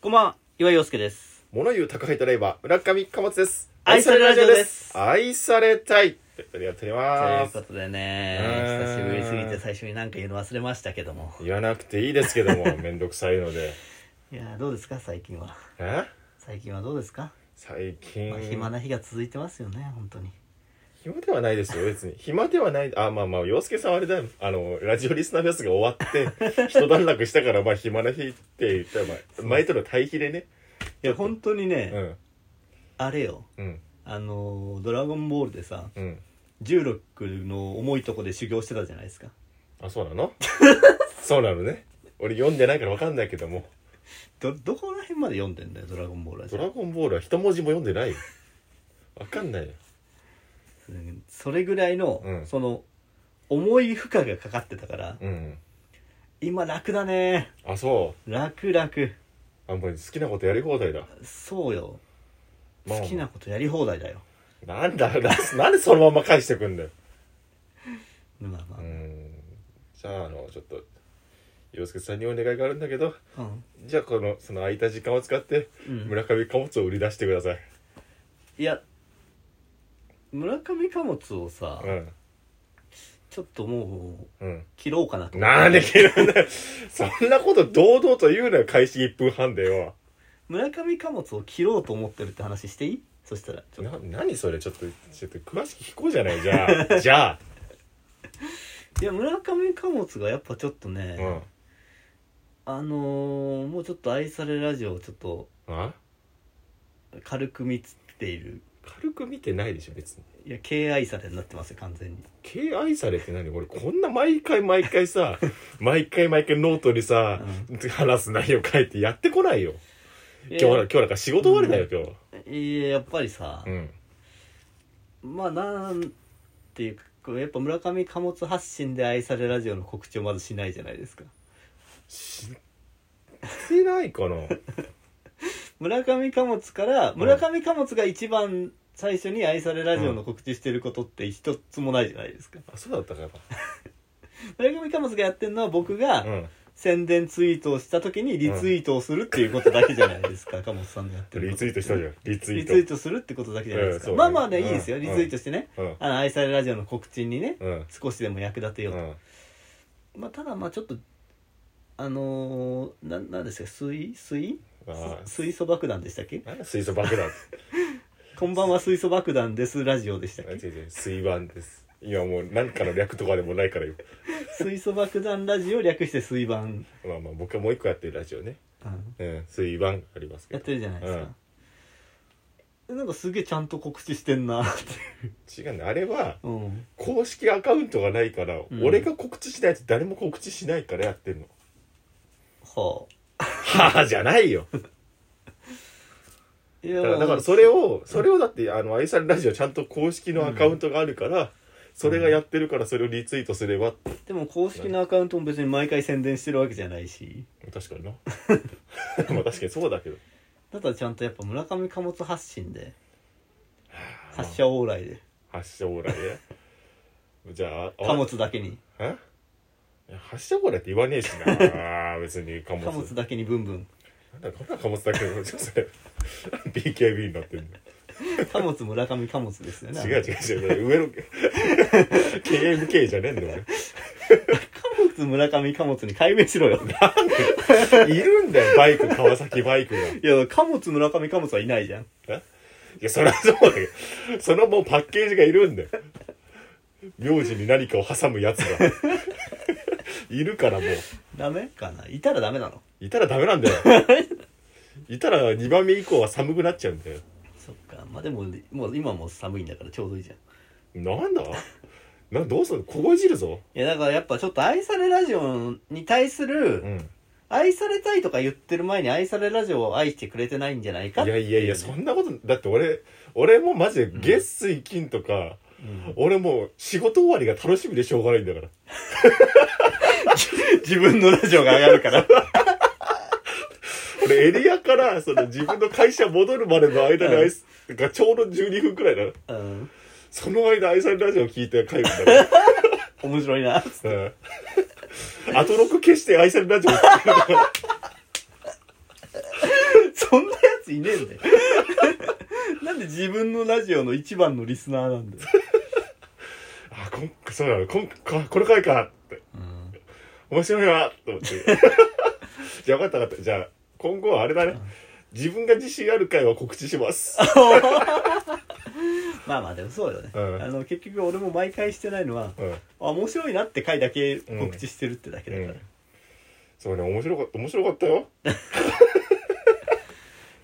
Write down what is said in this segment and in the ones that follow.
こんばんは、岩井陽介です。物言う宅配ドライバー、村上貨物です。愛されラジオです愛されたい。ということでやっておりといまうすこ。とでね、うん久しぶりすぎて最初になんか言うの忘れましたけども。言わなくていいです けども、めんどくさいので。いやー、どうですか、最近は。え最近はどうですか、最近、まあ暇な日が続いてますよね、本当に。暇ではないですよ、別に。暇ではない。あ、まあまあ、洋介さんはあれだよ。あの、ラジオリスナーフェスが終わって、 一段落したから、まあ、暇な日って言ったら、まあ、前との対比でね。いや、本当にね、うん。あれよ、うん。あのー、ドラゴンボールでさ、うん。重力の重いとこで修行してたじゃないですか。あ、そう なのそうなのね。俺読んでないからわかんないけども。ど、どこら辺まで読んでんだよ、ドラゴンボールはドラゴンボールは一文字も読んでないよ。わかんないよ。うんそれぐらいの、うんその、重い負荷がかかってたから、うん。今楽だね。あ、そ楽楽。う。あ、もう好きなことやり放題だ。そうよ。まあ好きなことやり放題だよ。なんだ、ななんでそのまま返してくんだよ。まあまうーん。じゃあ、あの、ちょっと、洋介さんにお願いがあるんだけど、あ。うん。じゃあこの、その空いた時間を使って、うん村上貨物を売り出してください。いや、村上貨物をさ、うん。ちょっともう、うん。切ろうかなと。なんで嫌いだよ そんなこと堂々と言うなよ、開始1分半でよ。村上貨物を切ろうと思ってるって話していいそしたら、ちょっと。な、何それちょっと、ちょっと詳しく聞こうじゃない、じゃあ。じゃ あ。いや、村上貨物がやっぱちょっとね、うん。あのー、もうちょっと愛されラジオをちょっとあ軽く見つっている。軽く見てないでしょ、別に。いや、敬愛されになってますよ、完全に。敬愛されって何俺こんな毎回毎回 さ毎回毎回ノートにさ、話す内容書いてやってこないよ今日は今日なんか仕事終わりだよ今日いや、やっぱりさ、うんまあなんていうかこうやっぱ村上貨物発信で愛されラジオの告知をまずしないじゃないですかしてないかな村上貨物からん村上貨物が一番最初に愛されラジオの告知してることって一つもないじゃないですか、あそうだったかやっ村上貨物がやってるのは僕ぱうがん宣伝ツイートをした時にリツイートをするっていうことだけじゃないですか貨物さんのやってるリツイートしたじゃんリツイリーツトイートするってことだけじゃないですか、うんそうまだあねまあねいいですようんリツイートしてね、うんあの愛されラジオの告知にね、うん少しでも役立てよううとんまあ、ただまあちょっとあのー、ななんですか水水あす水素爆弾でしたっけあ水素爆弾こんばんは水素爆弾ですラジオでしたっあ違うけ違う水盤です今もう何かの略とかでもないからよ水素爆弾ラジオ略して水盤、まあまあ僕はもう一個やってるラジオねうん、うん水盤ありますけやどってるじゃないですか、なんかすげえちゃんと告知してんなって違うんだあれはうん公式アカウントがないから、うん俺が告知しないと誰も告知しないからやってんの。ははあじゃない よ。あいやだからだからそれを、それをだって、あの、愛されラジオちゃんと公式のアカウントがあるから、それがやってるからそれをリツイートすれば、でも公式のアカウントも別に毎回宣伝してるわけじゃないし確か にな。まあ確かにそうだけど。だったらちゃんとやっぱ村上貨物発信で発射往来で発射オーライね。じゃあ、あ貨物だけにえいや発射オーライって言わねえしな。あ ー別に貨物。貨物だけにブンブンなんだ、こんな貨物だけど、ちょっとそれ BKB になってんの。貨物村上貨物ですよね違う違う違う上の KMK じゃねえんだよ貨物村上貨物に改名しろ よ俺いるんだよバイク川崎バイクがいいや貨物村上貨物はいないじゃんやそりゃそうだけどそのもうパッケージがいるんだよ名字に何かを挟むやつがいるからもうダメかないたらダメなのいたらダメなんだよいたら2番目以降は寒くなっちゃうんだよそっかまあでももう今もう寒いんだからちょうどいいじゃんなんだなどうする凍いじるぞいやだからやっぱちょっと愛されラジオに対する、うん愛されたいとか言ってる前に愛されラジオを愛してくれてないんじゃないかっいてやいういやいやそんなことだって俺俺もマジで月水金とか、うん俺もう仕事終わりが楽しみでしょうがないんだから 自分のラジオが上がるから俺エリ アからその自分の会社戻るまでの間にアイスがちょうど12分くらいだなうんその間愛されラジオ聞いて帰るんだから面白いな うん後録消して愛されラジオ聞いてるからそんなやついねえんだよ なんで自分のラジオの一番のリスナーなんだよ、あこんそうなのこんここの回かって面白いなと思って じゃあ分かった分かったじゃあ今後はあれだね自分が自信ある回は告知 しますまあまあでもそうよね、うんあの結局俺も毎回してないのはうんあ面白いなって回だけ告知してるってだけだから、うんそうね面白かった面白かったよ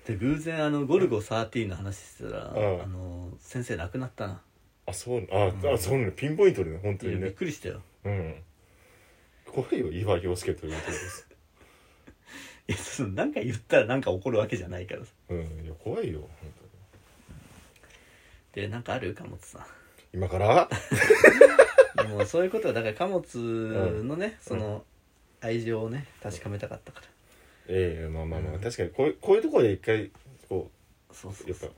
で偶然あの「ゴルゴ13」の話してたら、うんあの先生亡くなったなあそうあ,、あそうねピンポイントでね本い当やにびっねくりしたようん怖いよ岩陽介ということ ですいやそのなんか言ったらなんか怒るわけじゃないからさうんいや怖いよ本当でになんかある貨物 さん 今からでもうそういうことはだから貨物のね、その愛情をね確かめたかったからええまあまあまあ確かにこういうこういうところで一回こそうそううやっそぱや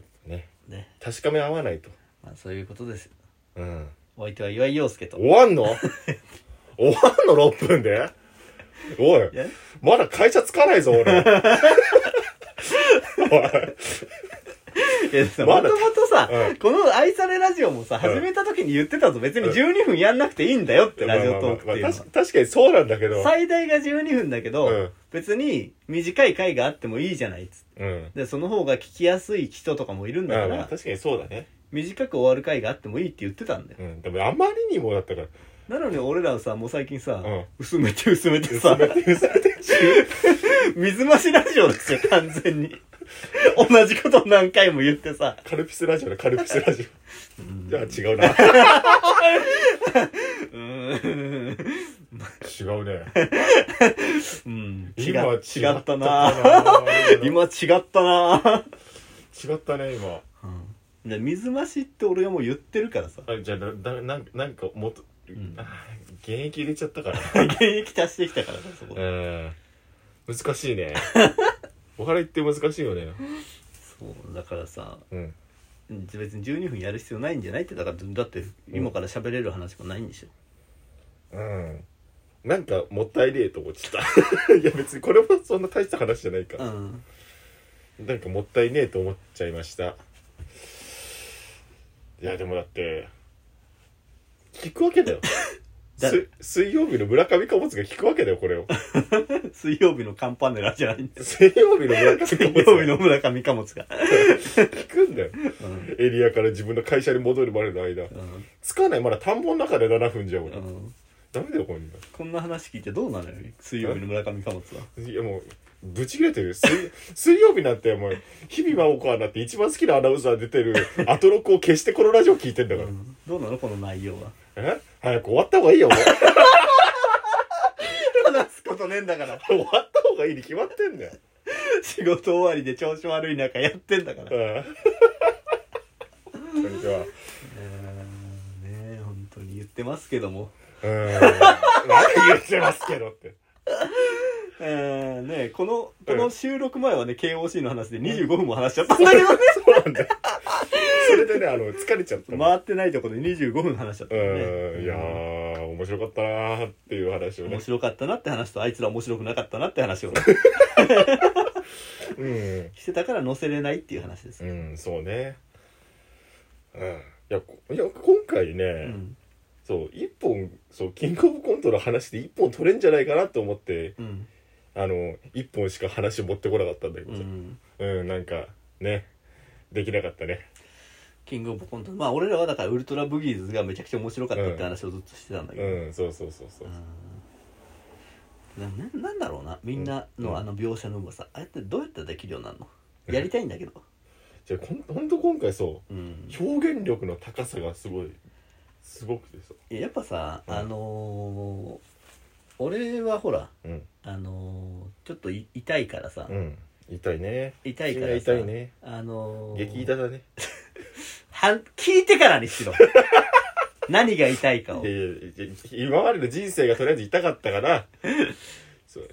っぱねうね、確かめ合わないとまあ、そういうことですうんお相手は岩井陽介と終わ んの終わんの6分でおいいやまだ会社つかない ぞ俺いやさまもだともとさ、うん この「愛されラジオ」もさうん始めた時に言ってたぞ別に12分やんなくていいんだよってラジオトークっていうのまあまあまあは確か確かにそうなんだけど最大が12分だけど、うん別に短い回があってもいいじゃないっつってうんでその方が聞きやすい人とかもいるんだまかあら、まあ確かにそうだね短く終わる回があってもいいって言ってたんだようんでもあまりにもだったからなのに俺らはさもう最近さ、うん薄めて薄めてさ薄めて薄めて水増しラジオですよ完全に同じことを何回も言ってさカルピスラジオだカルピスラジオじゃあ違うなうーん違うねうん違今違ったな今違ったな、違ったね今うん、で水増しって俺がもう言ってるからさあじゃあだだなんなんかもっと、んあー現役入れちゃったから 現役足してきたからさそこうん難しい ねお払いって難しいよねそうだからさうんうん別に12分やる必要ないんじゃないってだからだって今から喋れる話もないんでしょ、うんなんかもったいねえと思っ ちゃったいや別にこれもそんな大した話じゃないかうら、ん、 なんかもったいねえと思っちゃいましたいやでもだって聞くわけだよ だす水曜日の村上貨物が聞くわけだよこれ を水曜日のカンパネラじゃないんだよ水曜日の村上貨水物曜日がの村上貨物が、聞くんだようんエリアから自分の会社に戻るまでの間うんつかないまだ田んぼの中で7分じゃん俺、うん、ダメだよこんなこんな話聞いてどうなのよ水曜日の村上貨物はいやもう、ぶち切れてる。水水曜日なんて、もう、日々真央子アナって一番好きなアナウンサー出てる、アトロクを消してこのラジオ聞いてんだから。うんどうなのこの内容はえ早く終わった方がいいよ、もう 話すことねえんだから終わった方がいいに決まってんだよ。 仕事終わりで調子悪い中やってんだからうん。こんにちは。ねえ本当に言ってますけどもうん。何言ってますけどって。えー、ねえこのこの収録前はね KOC の話で25分も話しちゃったんだけどねそうなんだよ。それでね、あの、疲れちゃったの。回ってないとこで25分話しちゃったうんだねん。いやー、面白かったなーっていう話をね面。白かったなって話とあいつら面白くなかったなって話をねうん。してたから載せれないっていう話です、うん、そうね。うん。いや、こいや今回ね、うんそう一本そうキングオブコントの話で一本取れんじゃないかなと思ってうんあの一本しか話持ってこなかったんだけうどさん、うん、なんかねできなかったねキングオブコントまあ俺らはだからウルトラブギーズがめちゃくちゃ面白かったって話をずっとしてたんだけど、うんそうそうそうそううんなななんだろうなみんなうんのあの描写のうまさ、あれってどうやったらできるようになるのやりたいんだけど、じゃあこんほんと今回そうん、う表現力の高さがすごいすごくてさいややっぱさ、うんあのー俺はほらうんあのーちょっとい痛いからさ、うん痛いね痛いからさ口が痛いねあのー激痛だねはん聞いてからにし ろ何が痛いかをいやいやいや今までの人生がとりあえず痛かったからそう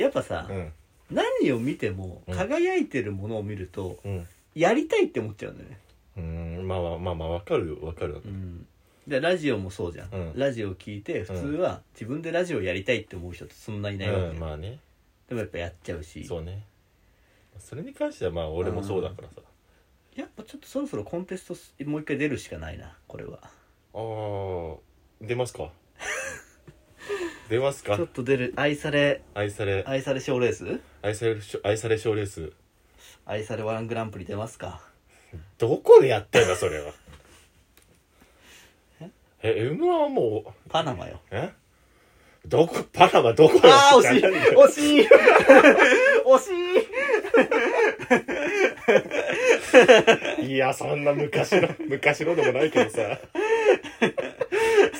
やっぱさ、うん何を見てもうん輝いてるものを見ると、うんやりたいって思っちゃうんだよね、うんまあまあまあまあわかるよわかるわかうるん、でラジオもそうじゃん、うんラジオ聞いて普通は自分でラジオやりたいって思う人ってそんないないわけ、うんまあねでもやっぱやっちゃうしそうねそれに関してはまあ俺もそうだからさやっぱちょっとそろそろコンテストもう一回出るしかないなこれはあー出ますか出ますかちょっと出る愛され愛され愛され賞レース愛され愛され賞レース愛されワングランプリ出ますかどこでやってんだそれはえ M1 はもうパナマよえどこパナマどこああ惜しいじゃない惜しい 惜しいいや、そんな昔の、昔のでもないけどさ。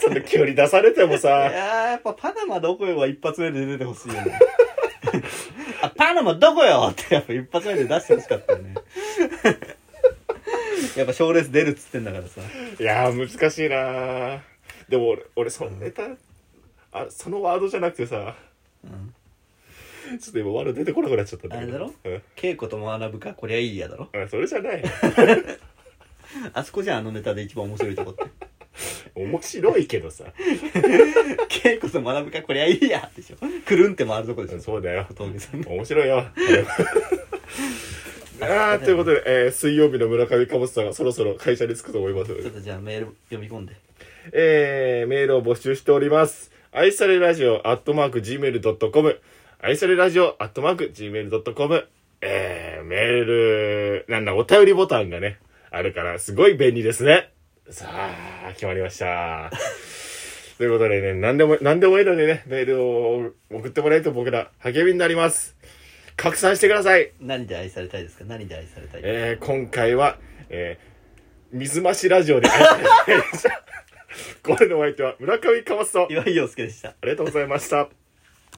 そんな距離出されてもいやーさ、やっぱパナマどこよは一発目で出てほしいよねあパナマどこよってやっぱ一発目で出してほしかったよね やっぱ賞レース出るっつってんだからさいやー、難しいなーでも俺、俺、そのネタ、あ、そのワードじゃなくてさ、んちょっと今ワード出てこなくなっちゃったんだあれだろうん稽古と学ぶかこりゃいいやだろあそれじゃない。あそこじゃんあのネタで一番面白いとこって面白いけどさ。稽古と学ぶかこりゃいいやでしょくるんって回るとこでしょそうだよ小。峠さんの面白いよ。ああ、ということで、えー水曜日の村上かぼさんがそろそろ会社に着くと思いますのでちょっとじゃあメール読み込んでえーメールを募集しております。愛されラジオアットマーク Gmail.com 愛されラジオアットマーク Gmail.com えー、メール、なんだ、お便りボタンがね、あるから、すごい便利ですね。さあ、決まりました。 ということでね、何でも、何でもいいのでね、メールを送ってもらえると僕ら励みになります。拡散してください。何で愛されたいですか何で愛されたいえー、今回は、えー、水増しラジオで会いたい です。これのお相手は村上かわすと、あり岩井陽介でしたがとうございました。